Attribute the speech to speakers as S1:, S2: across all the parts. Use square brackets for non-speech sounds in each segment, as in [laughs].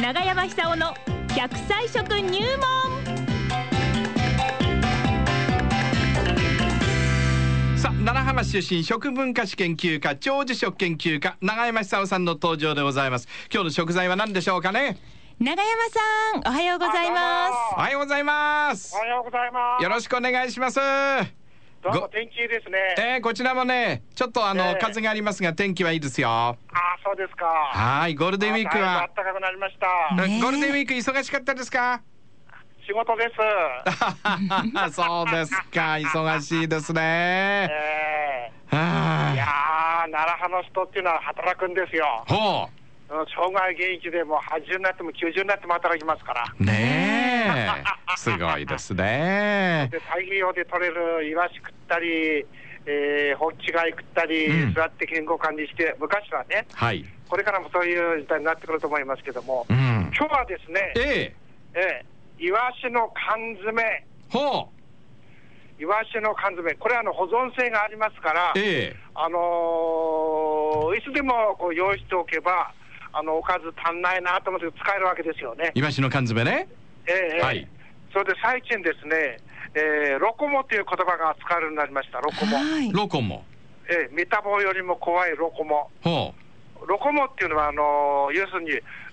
S1: 長山久夫の100歳食入門
S2: さあ奈良浜市出身食文化史研究家長寿食研究家永山久夫さんの登場でございます今日の食材は何でしょうかね
S1: 長山さんおはようございます
S2: おはようございます
S3: おはようございます。
S2: よろしくお願いします
S3: どう
S2: ご
S3: も天気いいですね。
S2: えー、こちらもねちょっとあの、
S3: ええ
S2: 風がありますが天気はいいですよ
S3: ああ、そうですか。
S2: はいゴールデンウィーク
S3: あ
S2: は
S3: だいぶ暖かくなりました。
S1: ねえ
S2: ゴールデンウィーク忙しかったです
S3: [laughs]
S2: か
S3: 仕事です。
S2: そうですか忙しいですね
S3: えー、いや
S2: は
S3: ー、奈良派の人っていうのは働くんですよ。
S2: あほ
S3: うん生涯現役でもう80になっても90になっても働きますから。
S2: うねえすごいですね
S3: で、太平洋で取れるイワシ食ったり、えー、ホッキ貝食ったり、
S2: うん
S3: 座って健康管理して、昔はね、
S2: はい
S3: これからもそういう時代になってくると思いますけども、
S2: うん
S3: 今日はですね、
S2: ええ
S3: えー、イワシの缶詰、
S2: ほ
S3: イワシの缶詰、これはあの保存性がありますから
S2: う、ええ
S3: あのーいつでもこう用意しておけば、あのおかず足んないなと思って使えるわけですよね。
S2: イワシの缶詰ね
S3: ええ
S2: はい
S3: それで最近ですね、えーロコモという言葉が使えるようになりました、ロコモ。
S1: はい
S2: ロコモ
S3: ええ、メタボよりも怖いロコモ。
S2: ほ
S3: ロコモっていうのは、あのー要するに、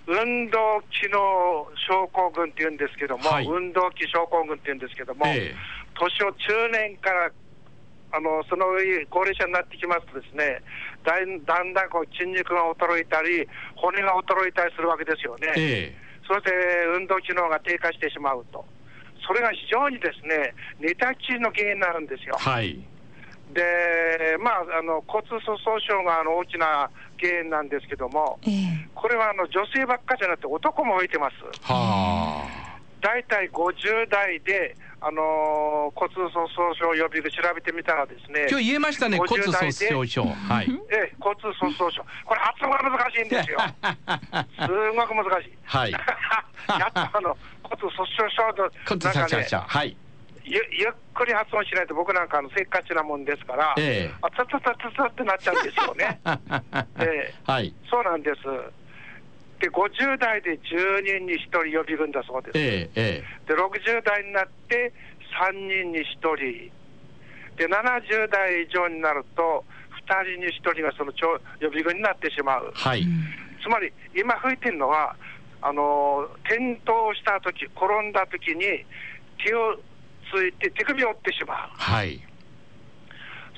S3: 運動機能症候群っていうんですけども、
S2: はい
S3: 運動機症候群っていうんですけど
S2: う
S3: も、
S2: ええ
S3: 年を中年からあのその上高齢者になってきますとですねだいだんだんこう筋肉が衰えたり骨が衰えたりするわけですよね、
S2: え
S3: そして運動機能が低下してしまうとそれが非常にですね寝たきりの原因になるんですよ
S2: えはい
S3: でまああの骨粗鬆症があの大きな原因なんですけども
S1: ええ
S3: これはあの女性ばっかじゃなくて男も置いてます
S2: はあ
S3: 大体50代で、あのー骨粗鬆症予備で調べてみたらですね、
S2: 今日言えましたね、骨
S3: 50
S2: 粗
S3: 代
S2: しょう症。はい。
S3: ええ、骨粗鬆症、これ、発音が難しいんで
S2: [laughs]
S3: すよ、すごく難しい。 [laughs]
S2: はい
S3: やっ
S2: [laughs]
S3: ぱあの骨粗鬆症
S2: 骨
S3: の
S2: 粗
S3: 中
S2: しょう
S3: で
S2: 症。はい。
S3: ゆゆっくり発音しないと、僕なんかあのせっかちなもんですから、
S2: ええ
S3: あたたたたたってなっちゃうんですよね。ええ
S2: [laughs] はい。
S3: そうなんです。で、50代で10人に1人予備軍だそうです。
S2: えええ
S3: で60代になって3人に1人で70代以上になると2人に1人がその超予備軍になってしまう
S2: えはい。
S3: つまり今吹いてるのはあのー転倒した時転んだ時に手をついて手首を折ってしまう
S2: はい。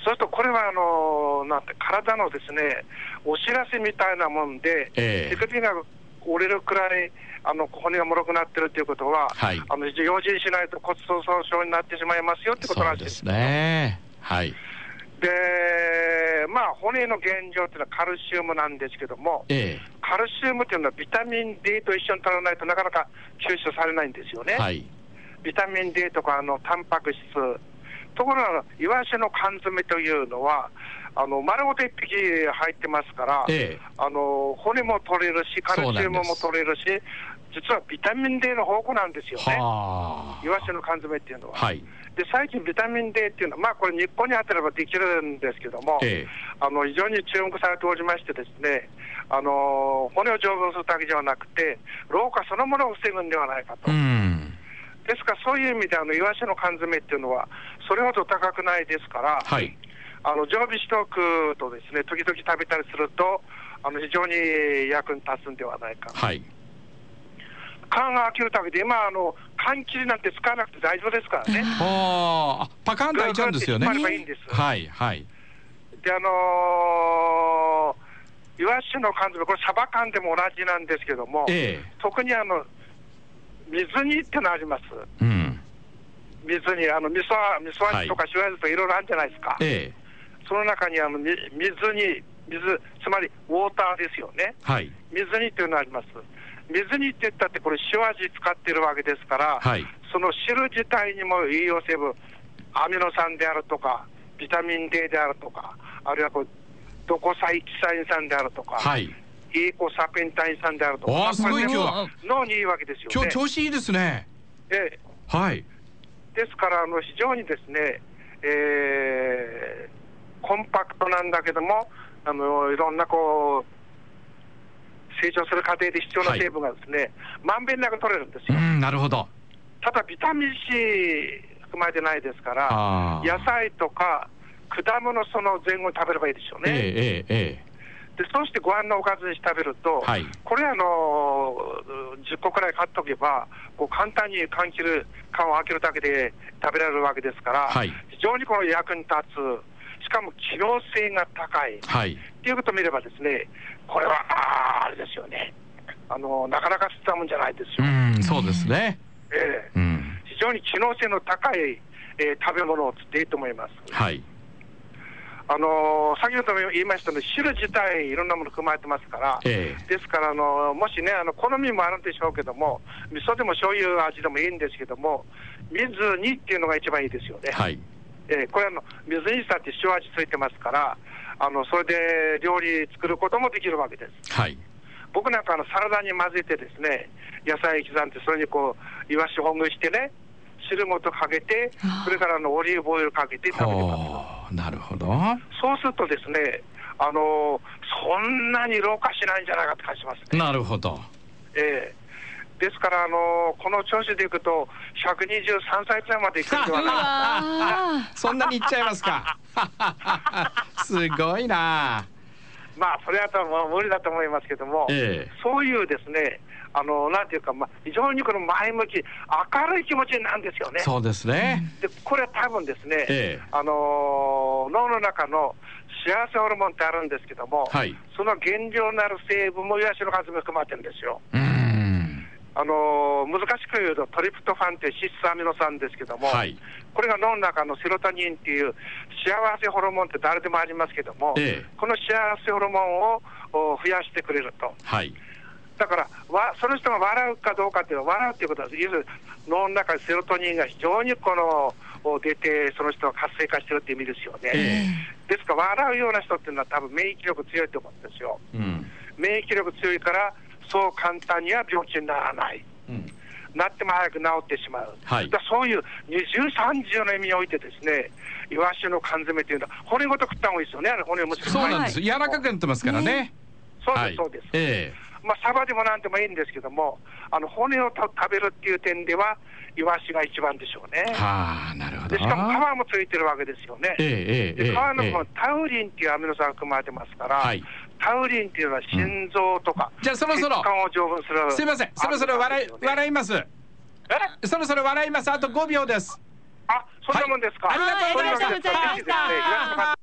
S3: それとこれはあのーなんて体のですねお知らせみたいなもんで、
S2: ええ
S3: 手首が折れるくらいあの骨が脆くなってるということは、
S2: はい
S3: あの用心しないと骨粗鬆症になってしまいますよってこと
S2: そ
S3: な
S2: うんで
S3: です
S2: す。ね。はい。
S3: でまあ、骨の現状っていうのはカルシウムなんですけども、
S2: え
S3: カルシウムっていうのはビタミン D と一緒に取らないとなかなか吸収されないんですよ
S2: え
S3: ね。
S2: はい。
S3: ビタミン D とかあのタンパク質、ところがイワシの缶詰というのは、あの丸ごと一匹入ってますから、
S2: ええ
S3: あの骨も取れるし、カルシウムも取れるし、実はビタミン D の宝庫なんですよね、
S2: は
S3: イワシの缶詰っていうの
S2: あ。
S3: は。
S2: はい。
S3: で最近、ビタミン D っていうのは、まあ、これ、日本に当てればできるんですけども、
S2: ええ
S3: あの非常に注目されておりまして、ですねあの骨を丈夫にするだけではなくて、老化そのものを防ぐんではないかと。
S2: うん。
S3: ですから、そういう意味で、あのイワシの缶詰っていうのは、それほど高くないですから、
S2: はい。
S3: あの常備しておくと、ですね時々食べたりすると、あの非常に役に立つんではないか、
S2: はい。
S3: 缶が開けるためで、今、あの缶切りなんて使わなくて大丈夫ですからね、
S2: はあ。あパカンと開いちゃうんですよね
S3: ぐ。るぐるって引っ張ればいいんです。
S2: はい。はい。
S3: で、あのーイワシの缶詰、これ、サバ缶でも同じなんですけども、
S2: え
S3: 特にあの水煮ってのあります、
S2: えうん。
S3: 水煮、あの味噌味噌味とか塩味とかいろいろあるんじゃないですか。
S2: ええ
S3: その中にあのみ水に、水、つまりウォーターですよね、
S2: はい。
S3: 水にというのがあります。水にって言ったって、これ、塩味使ってるわけですから、
S2: はい
S3: その汁自体にも栄養成分、アミノ酸であるとか、ビタミン D であるとか、あるいはこうドコサイキサイン酸であるとか、
S2: はい。
S3: イーコサペンタイン酸であるとか、
S2: わあすごい
S3: これ全部
S2: 今日は
S3: 脳にいいわけですよ
S2: 今
S3: ね
S2: 日。調子いいですね。
S3: ええ
S2: はい。
S3: ですから、あの非常にですね、えーコンパクトなんだけども、あのいろんなこう、成長する過程で必要な成分がですね、まんべんなく取れるんです
S2: う
S3: よ。
S2: んなるほど
S3: ただ、ビタミン C 含まれてないですから、
S2: あー
S3: 野菜とか果物その前後に食べればいいでしょう
S2: ええ
S3: ね。
S2: えええ
S3: でそしてご飯のおかずにして食べると、
S2: はい
S3: これあのー10個くらい買っておけば、こう簡単に缶切る、缶を開けるだけで食べられるわけですから、
S2: はい
S3: 非常にこの役に立つ、しかも機能性が高い
S2: えはい
S3: っていうことを見ればですね、これは、あーあれですよね。あのーなかなか捨てたもんじゃないです
S2: う
S3: よ。
S2: んそうですね
S3: え
S2: う
S3: え
S2: ん
S3: 非常に機能性の高い、えー食べ物をつっていいと思います。
S2: はい
S3: あのー先ほども言いましたように、汁自体いろんなもの含まれてますから、
S2: ええ
S3: ですから、あのもしね、あの好みもあるんでしょうけども、味噌でも醤油味でもいいんですけども、水煮っていうのが一番いいですよね。
S2: はい
S3: えーこれあの、水煮したって塩味ついてますから、あのそれで料理作ることもできるわけです。
S2: はい
S3: 僕なんかあのサラダに混ぜてですね、野菜刻んで、それにこう、イワシほぐしてね、汁ごとかけて、それからあのオリーブオイルかけて食べてます。
S2: ほうなるほど
S3: そうするとですね、あのそんなに老化しないんじゃないかって感じしますね。
S2: なるほど
S3: ええですから、あのこの調子でいくと、123歳くらいまでいくんでは
S2: う [laughs]
S3: な
S2: わ
S3: い
S1: あ
S2: そんなにいっちゃいます
S3: [laughs]
S2: かすごいな
S3: まあ、それは多分無理だと思いますけども、
S2: え
S3: そういうですね、あのなんていうか、まあ、非常にこの前向き、明るい気持ちになるんですよ
S2: え
S3: ね。
S2: そうですね
S3: でこれは多分ですね、
S2: ええ
S3: あの脳の中の幸せホルモンってあるんですけども、
S2: はい
S3: その原料になる成分もイワシの数も含まれてるんですよ。
S2: うん
S3: あの難しく言うと、トリプトファンって脂質アミノ酸ですけども、
S2: はい
S3: これが脳の中のセロトニンっていう幸せホルモンって誰でもありますけども、
S2: ええ
S3: この幸せホルモンをお増やしてくれると。
S2: はい
S3: だから、わその人が笑うかどうかっていうのは、笑うっていうことは、要するに脳の中にセロトニンが非常にこのお出て、その人が活性化してるっていう意味ですよね。
S2: え
S3: ですから、笑うような人っていうのは多分免疫力強いと思うんですよ。
S2: えうん
S3: 免疫力強いから、そう簡単には病気にならない。
S2: うん
S3: なっても早く治ってしまう、
S2: はい
S3: だからそういう二重、三重の意味において、ですねイワシの缶詰というのは、骨ごと食った方がいいですよね、あの骨をむしろ
S2: そうなんです
S1: は
S2: 柔らかくなってますからね
S3: そうで
S2: は
S3: す、
S2: い
S3: そうです、
S2: え
S3: まあ、サバでもなんでもいいんですけども、あの骨をと食べるっていう点では、イワシが一番でしょうね
S2: え。はあなるほど
S3: でしかも皮もついてるわけですよね。
S2: えええええ
S3: で
S2: え
S3: 皮の
S2: え
S3: この
S2: え
S3: タウリンっていうアミノ酸が含まれてますから、
S2: はい
S3: タウリンっていうのは心臓とか、
S2: うんじゃあそろそろ
S3: 血管を丈夫にする
S2: すいませんそろそろ笑い笑います
S3: え
S2: そろそろ笑いますあと5秒です
S3: あ、そんなもんですか。
S2: はいありがとうございました
S3: とにかくですね
S1: ありがとうございました
S3: ぜひですね